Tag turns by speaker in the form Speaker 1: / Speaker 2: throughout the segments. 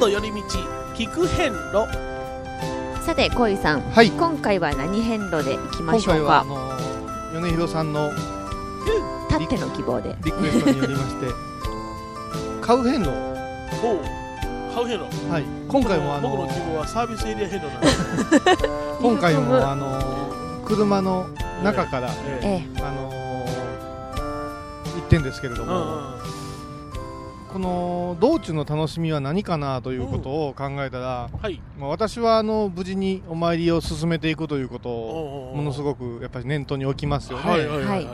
Speaker 1: の寄り道聞く遍路
Speaker 2: さて、こいさん、
Speaker 3: はい
Speaker 2: 今回は何遍路で行きま
Speaker 3: 今
Speaker 2: しょ
Speaker 3: 回
Speaker 2: う
Speaker 3: は
Speaker 2: か。
Speaker 3: あのー米広さんの
Speaker 2: たっての希望で。
Speaker 3: リクエストによりま して買う遍路、
Speaker 1: おう買う遍路
Speaker 3: はい、今回もあ
Speaker 1: 僕の
Speaker 3: の
Speaker 1: 希
Speaker 3: ー
Speaker 1: 望はサービスエリア遍路なんです、
Speaker 3: 今回もあのー車の中から、
Speaker 1: ええ
Speaker 2: え
Speaker 3: あのー行ってんですけれど
Speaker 1: うん
Speaker 3: も、
Speaker 1: うん
Speaker 3: この道中の楽しみは何かなということを考えたら、
Speaker 1: はい
Speaker 3: まあ、私はあの無事にお参りを進めていくということをものす
Speaker 1: ご
Speaker 3: ごくやっぱり念頭に置きますよね。
Speaker 1: はいはいはい、は、
Speaker 2: はい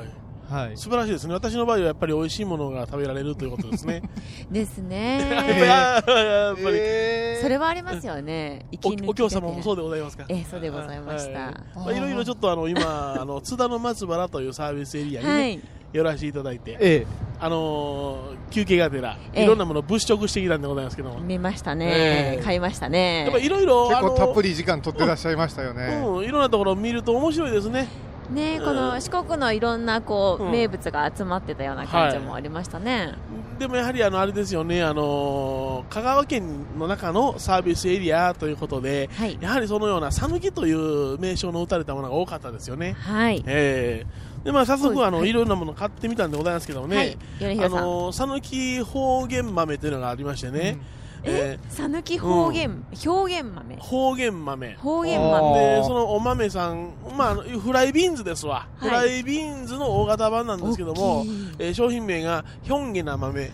Speaker 3: はい
Speaker 1: 素晴らしいですね私の場合はやっぱり美味しいものが食べられるということ ですね
Speaker 2: えです
Speaker 1: やっぱり
Speaker 2: ね。
Speaker 1: やっぱり、
Speaker 3: えー
Speaker 2: それはありますよね。生き抜き。
Speaker 1: おお経様もそううでございますか
Speaker 2: ええ、そうでございまし
Speaker 1: は
Speaker 2: た。
Speaker 1: まあ、いろいろちょっとあの今あの津田の松原というサービスエリアに、ね
Speaker 2: はい。
Speaker 1: 寄らせていただいて、
Speaker 3: え
Speaker 1: あのー休憩がてら、
Speaker 2: ええ
Speaker 1: いろんなものを物色してきたんでございますけども、
Speaker 2: 見ましたね
Speaker 1: え。え
Speaker 2: 買いました
Speaker 1: やっぱ
Speaker 2: ね。
Speaker 1: いろいろ
Speaker 3: え結
Speaker 1: あの
Speaker 3: 構たっぷり時間取ってらっしゃいましたよね。
Speaker 1: うん、いろんなところを見ると面白いですね。
Speaker 2: ね、
Speaker 1: うん
Speaker 2: この四国のいろんなこ
Speaker 1: う
Speaker 2: うん名物が集まってたような感じもありましたね。
Speaker 1: でもやはりあのあれですよね、あのー香川県の中のサービスエリアということで、
Speaker 2: はい。
Speaker 1: やはりそのような讃岐という名称の打たれたものが多かったですよね。
Speaker 2: はい。
Speaker 1: ええでまあ早
Speaker 2: そうです
Speaker 1: 速あの、
Speaker 2: はい
Speaker 1: い、ろんなもの買ってみたんでございますけどもね、
Speaker 2: はい。米
Speaker 1: あ
Speaker 2: 広さん。
Speaker 1: のー讃岐方言豆というのがありましてね、え
Speaker 2: さぬき方言、表現豆
Speaker 1: え。方言豆。
Speaker 2: 方言
Speaker 3: あ
Speaker 2: 豆。
Speaker 1: で
Speaker 3: ー
Speaker 1: そのお豆さん、まああの、フライビーンズですわ、
Speaker 2: はい
Speaker 1: フライビーンズの大型版なんですけど
Speaker 2: 大
Speaker 1: も
Speaker 2: き、
Speaker 1: えー商品名がヒョンゲナ豆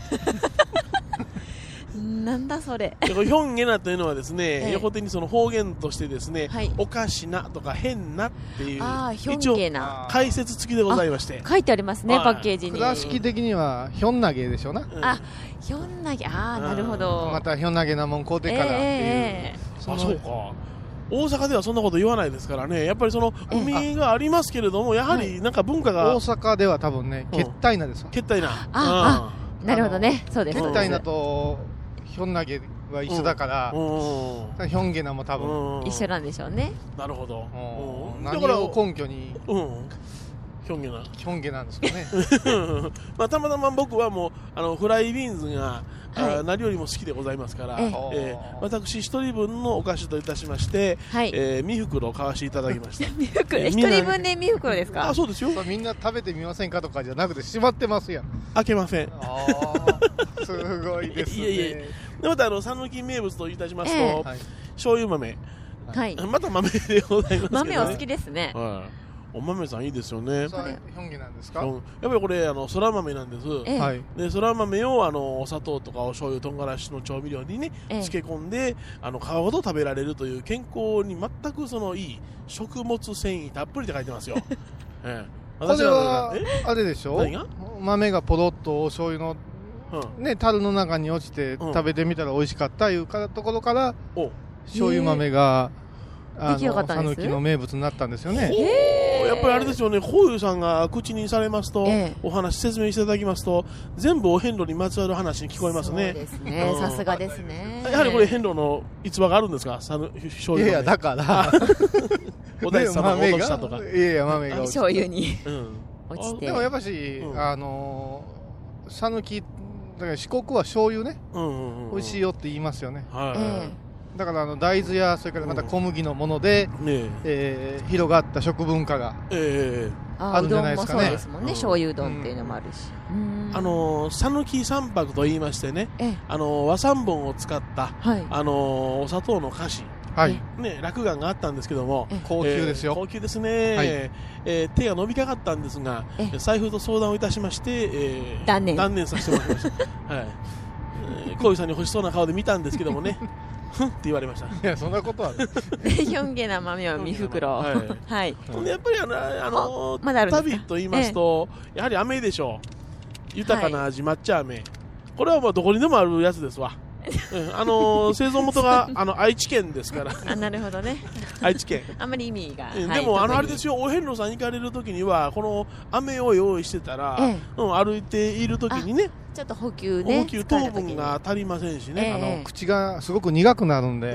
Speaker 2: いなんだそれ。
Speaker 1: でこれヒョンゲナというのはですね、
Speaker 2: ええ
Speaker 1: 横手にその方言としてですね、
Speaker 2: はい
Speaker 1: おかしなとか変なっていう
Speaker 2: ああ、ひょん
Speaker 1: 一応
Speaker 2: げな。
Speaker 1: 解説付きでございまして
Speaker 2: 書いてありますね、
Speaker 1: はい
Speaker 2: パッケージに。
Speaker 3: 倉敷的にはひょん投げでしょうな。
Speaker 1: うん
Speaker 2: あひょんなぎ、ああ、なるほど。
Speaker 3: またひょん投げなもん買うて
Speaker 2: え
Speaker 3: からっていう。
Speaker 2: ええ
Speaker 3: の
Speaker 1: あそうか大阪ではそんなこと言わないですからねやっぱりその海がありますけれどもやはりなんか文化
Speaker 3: 大
Speaker 1: が
Speaker 3: 阪では多分ね、
Speaker 1: うん
Speaker 3: けったいなですわ。
Speaker 1: けったいな
Speaker 2: あえなるほどね、そうです。
Speaker 3: け
Speaker 1: ん
Speaker 3: ったいなとひょん投げは一緒だから
Speaker 1: う、ん
Speaker 3: だからひょんげなも多分。
Speaker 1: うん
Speaker 2: 一緒なんでしょうね。
Speaker 1: なるほど
Speaker 3: う
Speaker 1: うんん
Speaker 3: 何
Speaker 1: だから
Speaker 3: を根拠に
Speaker 1: うんひょんげな
Speaker 3: ひょんげなんですかね。
Speaker 1: うんまあ、たまたま僕はもうあのフライビーンズが、あ
Speaker 2: はい
Speaker 1: 何よりも好きでございますから、
Speaker 2: え
Speaker 1: え
Speaker 2: え
Speaker 1: え私一人分のお菓子といたしまして、
Speaker 2: はい。
Speaker 1: ええ、三袋を買わせていただきま した
Speaker 2: みふく
Speaker 1: え
Speaker 2: 一
Speaker 1: みんな
Speaker 2: 人分でみふくろですか
Speaker 1: あそうですよ
Speaker 3: そうみんな食べてみませんかとかじゃなくて、縛ってますやん。
Speaker 1: 開けません
Speaker 3: ああ、 すごいです
Speaker 1: い
Speaker 3: ね。
Speaker 1: えいえでまたあの讃岐名物といたしますと、
Speaker 2: ええ
Speaker 3: はい
Speaker 1: 醤油豆
Speaker 2: はい。
Speaker 1: また豆でございますけど、ね、
Speaker 2: 豆お好きですね。
Speaker 1: はい、お豆さんいいですよね
Speaker 3: それはひょんげなんです
Speaker 1: う
Speaker 3: か
Speaker 1: ん。やっぱりこれあのそら豆なんです
Speaker 2: ええ
Speaker 3: はい。
Speaker 1: でそら豆をあのお砂糖とかお醤油とんがらしの調味料にね
Speaker 2: ええ
Speaker 1: 漬け込んであの皮ごと食べられるという健康に全くそのいい食物繊維たっぷりって書いて ますよ、ええ、
Speaker 3: これは
Speaker 1: え、
Speaker 3: あれでしょ
Speaker 1: 何が
Speaker 3: 豆がポロッとお醤油の
Speaker 1: うん、
Speaker 3: ね、樽の中に落ちて
Speaker 1: うん
Speaker 3: 食べてみたら美味しかったいうからところから、
Speaker 1: お
Speaker 3: 醤油豆が、あ
Speaker 2: 出来上がったんで
Speaker 3: の、
Speaker 2: す
Speaker 3: 讃岐の名物になったんですよ
Speaker 1: お
Speaker 3: ね。
Speaker 1: ーやっぱりあれですよね、こういうさんが口にされますと、
Speaker 2: ええ
Speaker 1: お話説明していただきますと、全部お遍路にまつわる話に聞こえます
Speaker 2: そう
Speaker 1: ね。
Speaker 2: ですね
Speaker 1: う。ん
Speaker 2: さすがですね。
Speaker 1: やはりこれ、遍路の逸話があるんですか、さぬ
Speaker 3: い
Speaker 1: 醤
Speaker 3: やい
Speaker 1: 油
Speaker 3: や、
Speaker 1: 豆
Speaker 3: だから、
Speaker 1: お大師様が
Speaker 3: ね
Speaker 1: 落としたとか。
Speaker 3: いやいや、豆が落ちた
Speaker 2: 醤油に
Speaker 1: うん
Speaker 2: 落ちて。
Speaker 3: でもやっぱし、
Speaker 1: うん
Speaker 3: あのー、讃岐、だから四国は醤油ね、
Speaker 1: うんうんうん
Speaker 3: 美味しいよって言いますよね。
Speaker 1: はい、
Speaker 2: え
Speaker 3: だからあの大豆や、それからまた小麦のもので、
Speaker 1: ね
Speaker 3: えー広がった食文化が。
Speaker 1: ええ
Speaker 2: えあ
Speaker 3: あ
Speaker 2: う
Speaker 3: るんじ
Speaker 2: ど
Speaker 3: ゃ
Speaker 2: ん
Speaker 3: ないで
Speaker 2: も
Speaker 3: す
Speaker 2: そ
Speaker 3: か
Speaker 2: う
Speaker 3: ね
Speaker 2: ですもんね。
Speaker 1: うん
Speaker 2: 醤油丼っていうのもあるし。うん
Speaker 1: えあ、のー讃岐三白と言いましてね、
Speaker 2: ええ
Speaker 1: あのー和三盆を使った、
Speaker 2: はい。
Speaker 1: あのーお砂糖の菓子、
Speaker 3: はい。
Speaker 1: ね、落眼があったんですけども、
Speaker 2: え
Speaker 3: 高級です
Speaker 1: えー
Speaker 3: よ。
Speaker 1: 高級ですね、
Speaker 3: はい
Speaker 1: えー手が伸びかかったんですが
Speaker 2: ええ、
Speaker 1: 財布と相談をいたしまして、えー
Speaker 2: 断念
Speaker 1: 断念させてもらいました。はいえー小井さんに欲しそうな顔で見たんですけど もね、ふんって言われました。
Speaker 3: いや、そんなことはね。
Speaker 2: で、ヒョンゲな豆をみふくろ。
Speaker 1: は
Speaker 2: はいい。
Speaker 1: ほんでやっぱりあの、あの
Speaker 2: まだあるんですか
Speaker 1: 旅と言いますと、やはり飴でしょう。豊かな味、抹茶飴。これはまあどこにでもあるやつですわ。うんあ の製造元があの愛知県ですから、
Speaker 2: あ、なるほどね。
Speaker 1: 愛知県。
Speaker 2: あんまり意味が。
Speaker 1: うん
Speaker 2: はい
Speaker 1: でも、あの、あ
Speaker 2: 特
Speaker 1: れ
Speaker 2: に
Speaker 1: ですよ、お遍路さん行かれるときには、この飴を用意してたら、
Speaker 2: え
Speaker 1: うん、歩いているときにね、
Speaker 2: ちょっと補給ね。
Speaker 1: 高級糖分が足りませんしね。
Speaker 3: あ
Speaker 2: ええ
Speaker 3: の、口がすごく苦くなるんで、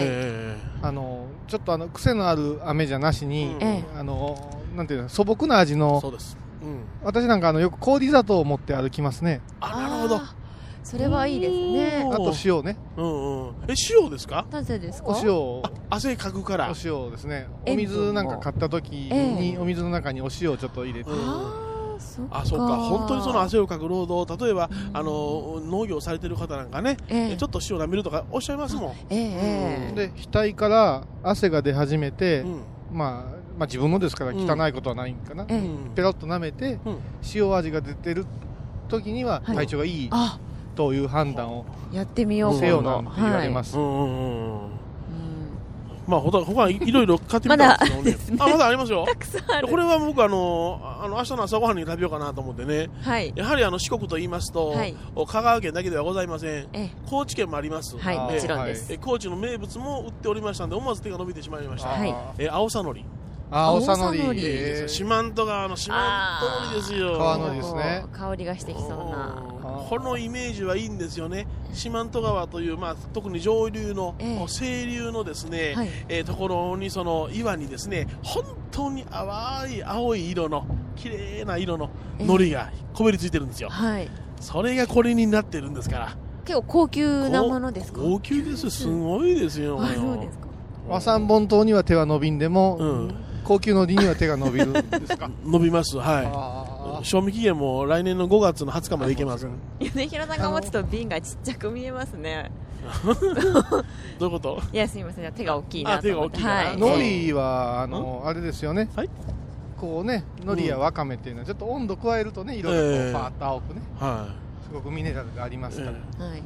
Speaker 1: え
Speaker 3: あの、ちょっとあの、癖のある飴じゃなしに、
Speaker 1: え
Speaker 2: え
Speaker 3: あの、なんていうの、素朴な味
Speaker 1: え
Speaker 3: の、
Speaker 1: そうです。うん。
Speaker 3: 私なんかあの、よく氷砂糖を持って歩きますね。
Speaker 1: あ、なるほど。
Speaker 2: あーそれはいいですね
Speaker 1: お
Speaker 3: あ
Speaker 1: ー
Speaker 3: と塩ね
Speaker 1: うんうんえ塩ですか
Speaker 2: なぜですか
Speaker 3: お塩を
Speaker 1: あ汗かくから
Speaker 3: お塩ですねお
Speaker 2: 塩
Speaker 3: 水
Speaker 2: 分
Speaker 3: なん
Speaker 2: も
Speaker 3: か買った時
Speaker 2: え
Speaker 3: に
Speaker 2: え
Speaker 3: お水の中にお塩をちょっと入れて
Speaker 1: うん
Speaker 2: あーそっか
Speaker 1: あそうか本当にその汗をかく労働例えば、
Speaker 2: うん
Speaker 1: あの農業されてる方なんかね、
Speaker 2: ええ
Speaker 1: ちょっと塩舐めるとかおっしゃいますもん、
Speaker 2: ええええ
Speaker 3: で額から汗が出始めて、
Speaker 1: うん
Speaker 3: まあ、まあ自分のですから
Speaker 1: うん
Speaker 3: 汚いことはないんかな、
Speaker 2: ええ
Speaker 1: うん
Speaker 3: ペロッと舐めて、
Speaker 1: うん
Speaker 3: 塩味が出てる時には
Speaker 2: はい
Speaker 3: 体調がいい
Speaker 2: あ
Speaker 3: という判断を
Speaker 2: やってみよう
Speaker 3: せよ
Speaker 2: 今
Speaker 3: な
Speaker 2: 度、
Speaker 3: んて言われますす、
Speaker 1: うんうんうん
Speaker 2: はいうん
Speaker 1: まあほ他他い いろいろ買ってみたんですけどね
Speaker 2: まだですね
Speaker 1: あまだありますよ
Speaker 2: たくさんある
Speaker 1: これは僕あのあの明日の朝ごはんに食べようかなと思ってね
Speaker 2: はい
Speaker 1: やはりあの四国と言いますと、
Speaker 2: はい
Speaker 1: 香川県だけではございません
Speaker 2: ええ
Speaker 1: 高知県もあります、
Speaker 2: はい
Speaker 3: あー
Speaker 2: もちろんです
Speaker 1: え高知の名物も売っておりましたんで思わず手が伸びてしまいました、
Speaker 2: はい
Speaker 3: あー
Speaker 1: え青さのり、
Speaker 3: 青さのり
Speaker 2: 青さのり
Speaker 1: いいですよ
Speaker 3: え
Speaker 1: 四万十川の四万十のりですよ
Speaker 3: 川のりですね
Speaker 2: おー香りがしてきそうな
Speaker 1: うんこのイメージはいいんですよね、四万十川という、まあ、特に上流の、
Speaker 2: ええ
Speaker 1: 清流のですね、
Speaker 2: はい
Speaker 1: えーところにその岩にですね本当に淡い青い色の綺麗な色の海苔がこべりついてるんですよ、
Speaker 2: はい
Speaker 1: それがこれになってるんですから
Speaker 2: 結構高級なものですか
Speaker 1: 高級ですよすごいですよ
Speaker 2: あそうですか
Speaker 3: ー和三盆糖には手は伸びんでも、
Speaker 1: うん
Speaker 3: 高級のりには手が伸びるんです か
Speaker 1: 伸びますは
Speaker 3: あ
Speaker 1: い
Speaker 3: ー
Speaker 1: 賞味期限も来年の5月の20日までいけますど
Speaker 4: 米広さんが持つと瓶がちっちゃく見えますね
Speaker 1: ういうこと
Speaker 4: いやすみません手が大きいなと思って
Speaker 1: あ手が大きいな
Speaker 3: のりはあのあれですよね、
Speaker 1: はい
Speaker 3: こうねのりやわかめっていうのはちょっと温度加えるとね色がこ
Speaker 1: ええ
Speaker 3: うパーッと青くね
Speaker 1: は
Speaker 3: すごくミネラルがありま
Speaker 1: い、
Speaker 3: すから、
Speaker 1: え
Speaker 2: はい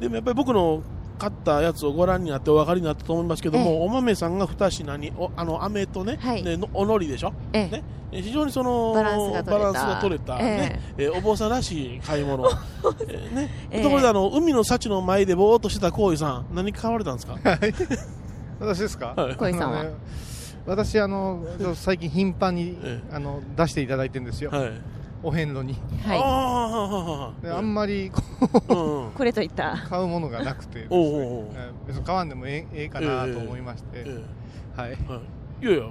Speaker 1: えでもやっぱり僕の買ったやつをご覧になってお分かりになったと思いますけども、
Speaker 2: え
Speaker 1: お豆さんが2品におあの飴とね、
Speaker 2: はい
Speaker 1: でのおのりでしょ
Speaker 2: ええ
Speaker 1: ねえ非常にその
Speaker 2: バランスが取れた
Speaker 1: バランスが取れたねえーお坊さんらしい買い 物、えーね
Speaker 2: ええ
Speaker 1: ところであの海の幸の前でぼーっとしてたこういさん何買われたんですか
Speaker 3: 私ですか、
Speaker 1: はい
Speaker 2: 小井さんは
Speaker 3: あのね私あのちょっと最近頻繁に、
Speaker 1: え
Speaker 3: あの出していただいてるんですよ、
Speaker 1: はい
Speaker 3: お遍路に
Speaker 1: あ
Speaker 2: は
Speaker 1: ー
Speaker 3: で
Speaker 1: は
Speaker 3: あ
Speaker 1: あ
Speaker 3: んまりこ
Speaker 1: うん
Speaker 4: いこれといった
Speaker 3: う 買うものがなくてですね
Speaker 1: おうおうおう
Speaker 3: えー別に買わんでもええええかなと思いまして、
Speaker 1: え
Speaker 3: はい
Speaker 1: えはいいやいや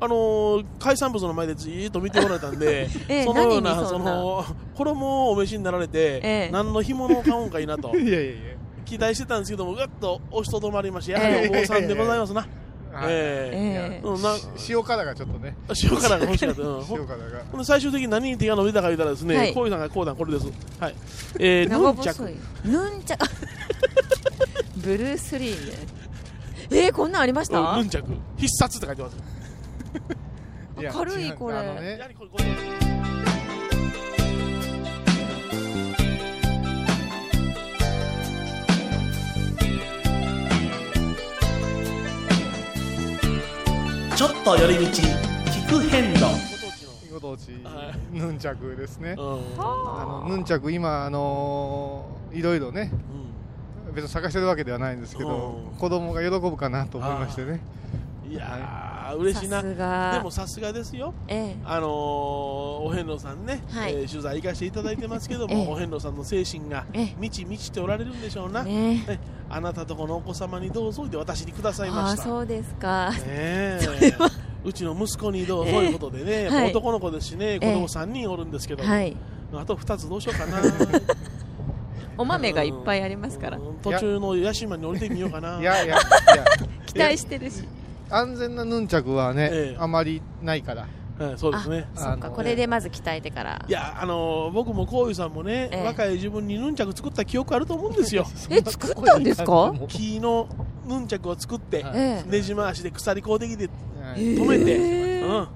Speaker 1: あのー海産物の前でじーっと見ておられたんで、
Speaker 2: ええ
Speaker 1: そのよう
Speaker 2: 何
Speaker 1: な
Speaker 2: に
Speaker 1: そ
Speaker 2: そんな
Speaker 1: の衣をお召しになられて、
Speaker 4: ええ
Speaker 1: 何の干物を買うんかいなと
Speaker 3: いやいやいや
Speaker 1: 期待してたんですけどもうわっと押しとどまりましてやはりお坊さんでございますな、 え
Speaker 3: はい
Speaker 1: え
Speaker 2: え
Speaker 3: いや
Speaker 1: うんな
Speaker 3: し塩辛がちょっとね
Speaker 1: 塩辛が欲しかった、うんほん
Speaker 3: 塩辛が
Speaker 1: ほんで最終的に何に手が伸びたか言ったらですね、
Speaker 2: はい
Speaker 1: こういうのがこうだこれですはいえ
Speaker 2: い
Speaker 1: ー、ヌ
Speaker 2: 長
Speaker 1: ンチャ
Speaker 2: 細
Speaker 1: ク
Speaker 2: いヌンチャク ブルース・リーねえー、こんなんありまし
Speaker 1: うん
Speaker 2: た
Speaker 1: ヌンチャク必殺って書いてます
Speaker 3: や
Speaker 2: 軽い
Speaker 3: 違う
Speaker 2: これ
Speaker 3: あのね
Speaker 1: やはりこれこれ
Speaker 5: ちょっと寄り道聞く変動
Speaker 3: ご当地
Speaker 1: は
Speaker 3: ヌンチャクですね、
Speaker 1: うん
Speaker 3: あのヌンチャク今あのーいろいろね別に探してるわけではないんですけど
Speaker 1: うん
Speaker 3: 子供が喜ぶかなと思いましてね
Speaker 1: うんいやー嬉しいな
Speaker 2: さす
Speaker 1: で
Speaker 2: が
Speaker 1: もさすがですよ
Speaker 2: え
Speaker 1: あのー、お遍路さんね、
Speaker 2: はい
Speaker 1: えー取材行かせていただいてますけども、
Speaker 2: ええ
Speaker 1: お遍路さんの精神が
Speaker 2: ええ
Speaker 1: 満ち満ちておられるんでしょう
Speaker 2: え
Speaker 1: な、
Speaker 2: ねえ
Speaker 1: ねあなたとこのお子様にどうぞいて私にくださいま
Speaker 2: あ
Speaker 1: し
Speaker 2: あ
Speaker 1: た
Speaker 2: そうですか
Speaker 1: ねえうちの息子にどうそういうことでね、やっぱ
Speaker 2: はい
Speaker 1: 男の子ですしね、子
Speaker 2: え
Speaker 1: 供
Speaker 2: え
Speaker 1: 3人おるんですけど、
Speaker 2: はい
Speaker 1: あと2つどうしようかな、
Speaker 4: お豆がいっぱいありますから
Speaker 1: うん途中の屋島に降りてみようかな、
Speaker 3: いやいやいや
Speaker 4: 期待してるし
Speaker 3: 安全なヌンチャクはね、
Speaker 1: ええ
Speaker 3: あまりないから
Speaker 1: はいそうですね。
Speaker 2: そっ
Speaker 3: あ
Speaker 2: か
Speaker 3: の
Speaker 2: これでまず鍛えてから
Speaker 1: いやあの僕もこういうさんもね、
Speaker 2: ええ
Speaker 1: 若い自分にヌンチャク作った記憶あると思うんですよ
Speaker 2: え作ったんですか
Speaker 1: 木のヌンチャクを作って、
Speaker 3: はい
Speaker 2: ええ
Speaker 1: ねじ回しで鎖こうできて
Speaker 3: はい
Speaker 1: 止めて、
Speaker 2: ええ
Speaker 1: うん、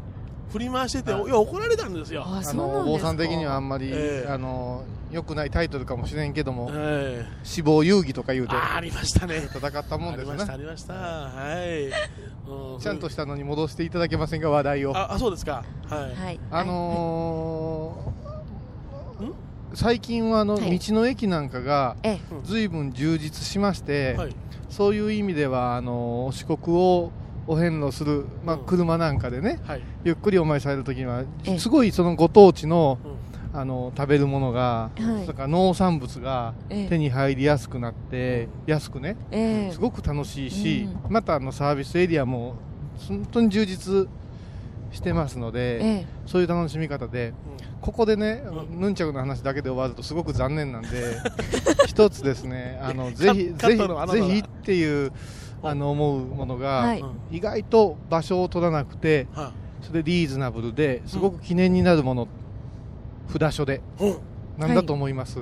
Speaker 1: 振り回してて、
Speaker 3: はい
Speaker 1: いや怒られたんですよ、
Speaker 2: ああ
Speaker 3: あ
Speaker 2: そう
Speaker 3: の
Speaker 2: な
Speaker 3: お
Speaker 2: んで
Speaker 3: 坊
Speaker 2: すか
Speaker 3: さん的にはあんまり、
Speaker 1: ええ
Speaker 3: あの良くないタイトルかもしれんけども、
Speaker 1: ええ
Speaker 3: 死亡遊戯とか言うて
Speaker 1: あーありましたね
Speaker 3: 戦ったもん
Speaker 1: あ
Speaker 3: で
Speaker 1: り
Speaker 3: す
Speaker 1: ましたあ
Speaker 3: ね
Speaker 1: りましたはい、う
Speaker 3: ちゃんと
Speaker 1: し
Speaker 3: したのに戻していただけませんか話題をあ
Speaker 1: ああそうですかはい、
Speaker 2: はい
Speaker 3: のー
Speaker 1: ん
Speaker 3: 最近はあの、
Speaker 2: はい
Speaker 3: 道の駅なんかが
Speaker 2: ええ
Speaker 3: 随分充実しまして、
Speaker 1: はい
Speaker 3: そういう意味ではあのー四国をお遍路する、まあ、
Speaker 1: うん
Speaker 3: 車なんかでね、
Speaker 1: はい
Speaker 3: ゆっくりお参りされるときには
Speaker 2: ええ
Speaker 3: すごいそのご当地の
Speaker 1: うん
Speaker 3: あの食べるものが、
Speaker 2: はい
Speaker 3: だから農産物が
Speaker 2: ええ
Speaker 3: 手に入りやすくなって、安くね
Speaker 2: ええ
Speaker 3: すごく楽しいし、
Speaker 2: う
Speaker 3: またあのサービスエリアも本当に充実してますので、
Speaker 2: ええ
Speaker 3: そういう楽しみ方で、ここでね、ヌンチャクの話だけで終わるとすごく残念なん で、一つですね、あのぜひ、
Speaker 1: カッ
Speaker 3: ぜひ、
Speaker 1: トのあなた
Speaker 3: ぜ
Speaker 1: だ
Speaker 3: ひっていう、あの、思うものが、
Speaker 2: は
Speaker 1: う
Speaker 2: い
Speaker 1: ん
Speaker 3: 意外と場所を取らなくて、
Speaker 1: は
Speaker 3: それでリーズナブルで、すごく記念になるもの、札所で、
Speaker 1: いうん
Speaker 3: なんだと思います、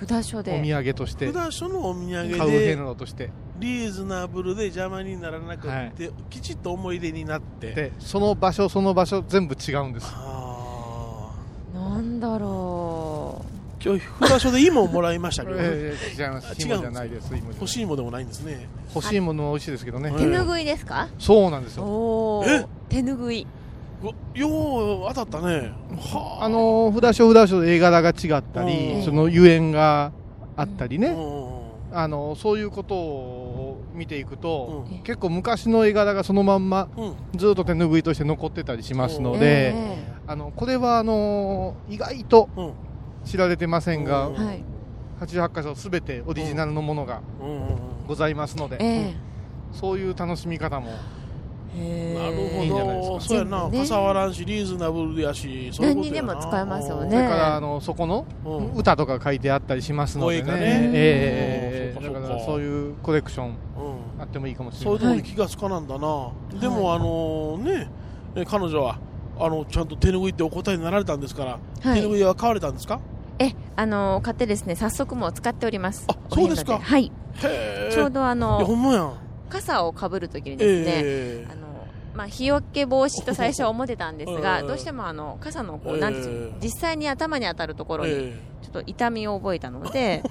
Speaker 2: 札所
Speaker 3: お
Speaker 2: で
Speaker 3: 土産として、買
Speaker 1: 札所のお土産
Speaker 3: うへ
Speaker 1: で
Speaker 3: のとして。
Speaker 1: リーズナブルで邪魔にならなくて、
Speaker 3: はい
Speaker 1: きちっと思い出になって
Speaker 3: で、その場所、その場所、全部違うんです。
Speaker 1: あ
Speaker 2: なんだろ
Speaker 1: ー今日札所でいいもんもらいました けど、ね、
Speaker 3: ええ違います。芋じゃないです。芋じゃない
Speaker 1: 欲しいもんでもないんですね
Speaker 3: 欲しいものは美味しいですけどね
Speaker 1: は
Speaker 2: う
Speaker 1: い
Speaker 2: 手ぬぐいですか
Speaker 3: そうなんですよ
Speaker 2: おお
Speaker 1: え
Speaker 2: 手ぬぐいう
Speaker 1: わよう当たったねは
Speaker 3: あのー札所札所で絵柄が違った
Speaker 1: う
Speaker 3: り
Speaker 1: ん
Speaker 3: そのゆえんがあったり
Speaker 1: う
Speaker 3: ね
Speaker 1: ん
Speaker 3: あのーそういうことを見ていく
Speaker 1: う
Speaker 3: と
Speaker 1: ん
Speaker 3: 結構昔の絵柄がそのまんま
Speaker 1: うん
Speaker 3: ずっと手ぬぐいとして残ってたりしますので
Speaker 2: え
Speaker 3: あのこれはあのー意外と
Speaker 1: うん
Speaker 3: 知られてませんが
Speaker 1: うん
Speaker 2: えはい
Speaker 3: 88箇所すべてオリジナルのものが
Speaker 1: うんうん
Speaker 3: ございますの
Speaker 2: え
Speaker 3: で
Speaker 2: え
Speaker 3: そういう楽しみ方も
Speaker 2: へえ
Speaker 1: なる
Speaker 3: いいんじゃないで
Speaker 1: ほ
Speaker 3: す
Speaker 1: どそ
Speaker 3: か
Speaker 1: うやな
Speaker 2: 全部ね
Speaker 1: 笠原んしリーズナブルやしそういう
Speaker 2: 何
Speaker 1: こと
Speaker 2: に
Speaker 1: や
Speaker 2: で
Speaker 1: な
Speaker 2: も使えますよ
Speaker 3: それ
Speaker 2: ね
Speaker 3: からあのそこの
Speaker 1: うんうん
Speaker 3: 歌とか書いてあったりしますの
Speaker 1: 声
Speaker 3: で
Speaker 1: が
Speaker 3: ね
Speaker 1: ね
Speaker 3: ええ
Speaker 1: うんそうかそうか
Speaker 3: だからそういうコレクションあってもいいかもしれ
Speaker 1: そう
Speaker 3: ないいう
Speaker 1: ところに気がつかなんだな、でもあのねえ彼女はあのちゃんと手拭いってお答えになられたんですから、
Speaker 2: はい
Speaker 1: 手拭いは買われたんですか
Speaker 2: えあの買ってですね早速もう使っております
Speaker 1: あ
Speaker 2: お遍路
Speaker 1: そうですか
Speaker 2: はい
Speaker 1: へえ
Speaker 2: ちょうどあ
Speaker 1: いやほ
Speaker 2: の
Speaker 1: んまやん
Speaker 2: 傘をかぶるときにですね、
Speaker 1: え
Speaker 2: あのまあ、日よけ防止と最初は思ってたんです
Speaker 1: え
Speaker 2: が、
Speaker 1: え
Speaker 2: どうしてもあの傘のこ
Speaker 1: え
Speaker 2: う
Speaker 1: え
Speaker 2: なんていうんですか実際に頭に当たるとこ
Speaker 1: え
Speaker 2: ろに
Speaker 1: え
Speaker 2: ちょっと痛みを覚えたの で、
Speaker 1: え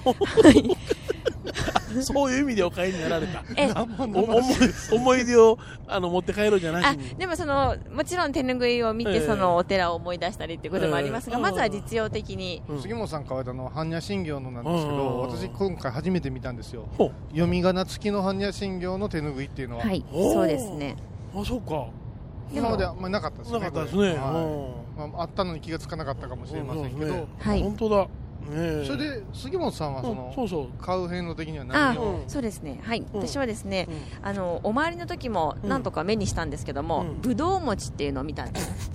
Speaker 1: そういう意味でお買いになられ た
Speaker 2: え
Speaker 1: お思い思い出をあの持って帰ろうじゃな
Speaker 2: あ
Speaker 1: しに
Speaker 2: でもそのもちろん手ぬぐいを見
Speaker 1: え
Speaker 2: て
Speaker 1: え
Speaker 2: そのお寺を思い出したりってこともありますが、
Speaker 1: ええ
Speaker 2: まずは実用的に、
Speaker 1: うん
Speaker 3: 杉本さん買われたのは般若心経のなんですけど
Speaker 1: うん
Speaker 3: 私今回初めて見たんですよ
Speaker 1: ほう
Speaker 3: 読み仮名付きの般若心経の手ぬぐいっていうのは
Speaker 2: はい
Speaker 1: おー
Speaker 2: そうですね
Speaker 1: あそうか
Speaker 3: 今まであんまりなかったです
Speaker 1: な
Speaker 3: ね
Speaker 1: かったですね、
Speaker 3: これは
Speaker 1: うん
Speaker 3: いまああったのに気がつかなかったかもしれませんけ
Speaker 1: うんそう
Speaker 3: ど
Speaker 1: で
Speaker 2: はい
Speaker 1: 本当だねえ
Speaker 3: それで杉本さんはそ
Speaker 1: うんそう
Speaker 3: の
Speaker 1: そう
Speaker 3: 買う遍路的には
Speaker 2: あ
Speaker 3: 何を
Speaker 1: うん
Speaker 2: そうですねはい、
Speaker 1: うん
Speaker 2: 私はですね
Speaker 1: うん
Speaker 2: あのお参りの時も
Speaker 1: うん
Speaker 2: なんとか目にしたんですけども、
Speaker 1: うん
Speaker 2: ぶどう餅っていうのを見たんです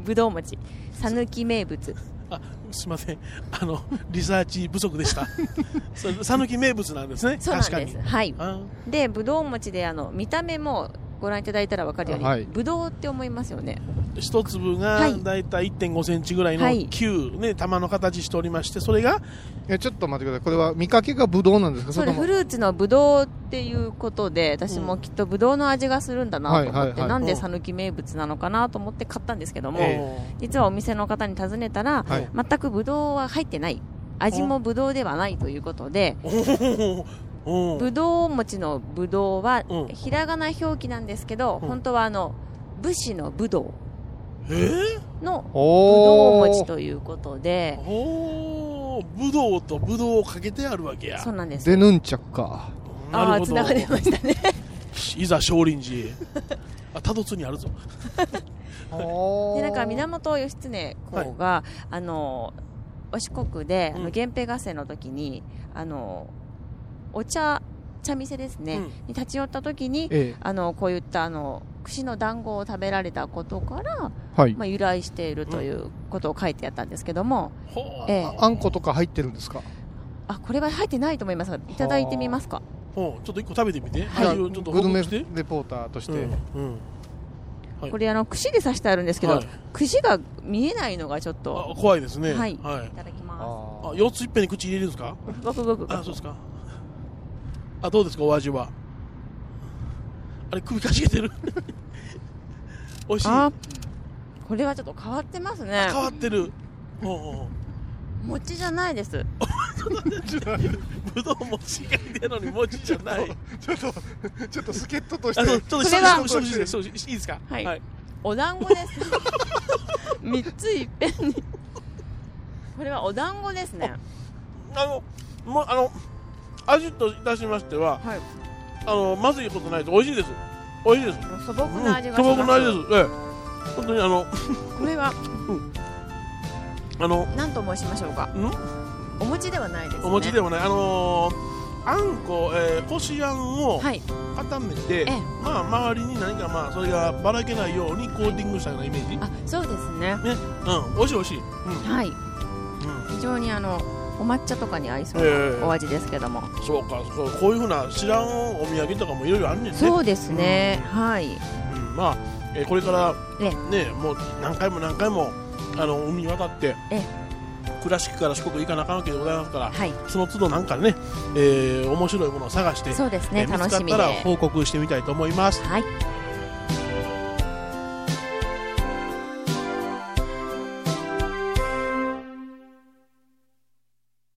Speaker 2: ぶどう餅さぬき名物
Speaker 1: あすいませんあのリサーチ不足でした それ讃岐名物なんですね
Speaker 2: そうなん
Speaker 1: 確
Speaker 2: です
Speaker 1: かに
Speaker 2: はい
Speaker 1: あ
Speaker 2: でぶどう餅であの見た目もご覧いただいたら分かるように、
Speaker 3: はい
Speaker 2: ぶどうって思いますよね
Speaker 1: 一粒
Speaker 2: は
Speaker 1: が
Speaker 2: い
Speaker 1: だいたい1 5センチぐらいの
Speaker 2: はい
Speaker 1: 球、ね、玉の形しておりましてそれが
Speaker 3: えちょっと待ってくださいこれは見かけがぶどうなんですか
Speaker 2: そ
Speaker 3: そ
Speaker 2: れ
Speaker 3: れとも
Speaker 2: フルーツのぶどうっていうことで私もきっとぶどうの味がするんだなと思
Speaker 3: は
Speaker 2: っ
Speaker 3: い
Speaker 2: て、
Speaker 3: はいは
Speaker 2: な
Speaker 3: い
Speaker 2: ん
Speaker 1: う
Speaker 2: で
Speaker 1: ん
Speaker 2: 讃岐名物なのかなと思って買ったんですけども、
Speaker 3: え
Speaker 2: 実はお店の方に尋ねたら、
Speaker 3: はい
Speaker 2: 全くぶどうは入ってない味もぶどうではないということで
Speaker 1: おーおー
Speaker 2: ぶどう餅のぶどうは
Speaker 1: うん
Speaker 2: ひらがな表記なんですけど、
Speaker 1: うん
Speaker 2: 本当はあの武士のぶど
Speaker 1: えー
Speaker 2: うのぶどう
Speaker 3: お
Speaker 2: 餅
Speaker 3: ー
Speaker 2: ということで
Speaker 1: おーぶどうとぶどうをかけてあるわけや
Speaker 2: そうなんです
Speaker 3: でヌンチャクか
Speaker 2: あ
Speaker 1: な
Speaker 2: あ
Speaker 1: る
Speaker 2: ー
Speaker 1: ほ
Speaker 2: つ
Speaker 1: ど
Speaker 2: ながりましたね
Speaker 1: いざ少林寺へあ多度津にあるぞ
Speaker 2: でなんか
Speaker 3: な
Speaker 2: 源義経公が、あのお四国で、あ
Speaker 1: うん
Speaker 2: の源平合戦の時にあのお茶茶店ですね、
Speaker 1: うん
Speaker 2: に立ち寄った時に
Speaker 3: え
Speaker 2: あのこういったあの串の団子を食べられたことから、
Speaker 3: えはい
Speaker 2: まあ、由来しているということを書いてあったんですけども、
Speaker 1: ほー
Speaker 2: ええ
Speaker 3: ああんことか入ってるんですか
Speaker 2: あこれは入ってないと思いますがいただいてみますか
Speaker 1: ほうちょっと一個食べてみて、
Speaker 3: じゃあ
Speaker 1: 味をちょっと報
Speaker 3: グルメ
Speaker 1: 告して
Speaker 3: レポーターとして、
Speaker 1: うんうんはい
Speaker 2: これあの串で刺してあるんですけど、
Speaker 1: はい
Speaker 2: 串が見えないのがちょっと
Speaker 1: あ怖いですね
Speaker 2: はい
Speaker 1: はい
Speaker 2: い、ただきま
Speaker 1: あ
Speaker 3: あ
Speaker 1: 4ついっぺんに口入れるんですか
Speaker 2: すごくごく
Speaker 1: あそうですかあどうですかお味はあれ首かしげてる 美味しい
Speaker 2: あこれはちょっと変わってますね
Speaker 1: 変わってるほうほうほう
Speaker 2: 餅じゃないです
Speaker 1: ぶどうも違いでのに餅じゃない
Speaker 3: ちょっとちょっと助っ人とし
Speaker 1: あそう
Speaker 3: て
Speaker 1: ちょっと
Speaker 2: これは
Speaker 1: 一口一口一口一口いいですか
Speaker 2: はいお団子です 三ついっぺんにこれはお団子ですね
Speaker 1: あのもうあの味といたしましては、
Speaker 2: はい
Speaker 1: あのまずいことないです美味しいです美味しいです
Speaker 2: 素朴な味がし
Speaker 1: うん
Speaker 2: ます、
Speaker 1: 素朴な味ですええ本当にあの
Speaker 2: これは
Speaker 1: あの
Speaker 2: 何と申しましょうか
Speaker 1: ん
Speaker 2: お餅ではないですね
Speaker 1: お餅でもない、あのーあんこ、えー、こしあんを
Speaker 2: はい
Speaker 1: 固めて、
Speaker 2: ええ
Speaker 1: まあ周りに何かまあそれがばらけないようにコーティングしたようなイメージ
Speaker 2: あそうですね
Speaker 1: うん美味しい美味しいうん
Speaker 2: はい
Speaker 1: うん
Speaker 2: 非常にあのお抹茶とかに合いそう
Speaker 1: ええ
Speaker 2: なお味ですけども、
Speaker 1: そうかそうこういうふうな知らんお土産とかもいろいろあんねんね
Speaker 2: そうですね、はい
Speaker 1: うんまあ、えーこれから
Speaker 2: え
Speaker 1: ねもう何回も何回もあの海渡って
Speaker 2: え
Speaker 1: 倉敷から四国行かなあかんわけでございますから
Speaker 2: はい
Speaker 1: その都度なんかね、えー面白いものを探して、
Speaker 2: そうです
Speaker 1: え
Speaker 2: ね
Speaker 1: ー見
Speaker 2: 楽
Speaker 1: つかっ
Speaker 2: しみ
Speaker 1: た
Speaker 2: で
Speaker 1: ら報告してみたいと思います。
Speaker 2: はい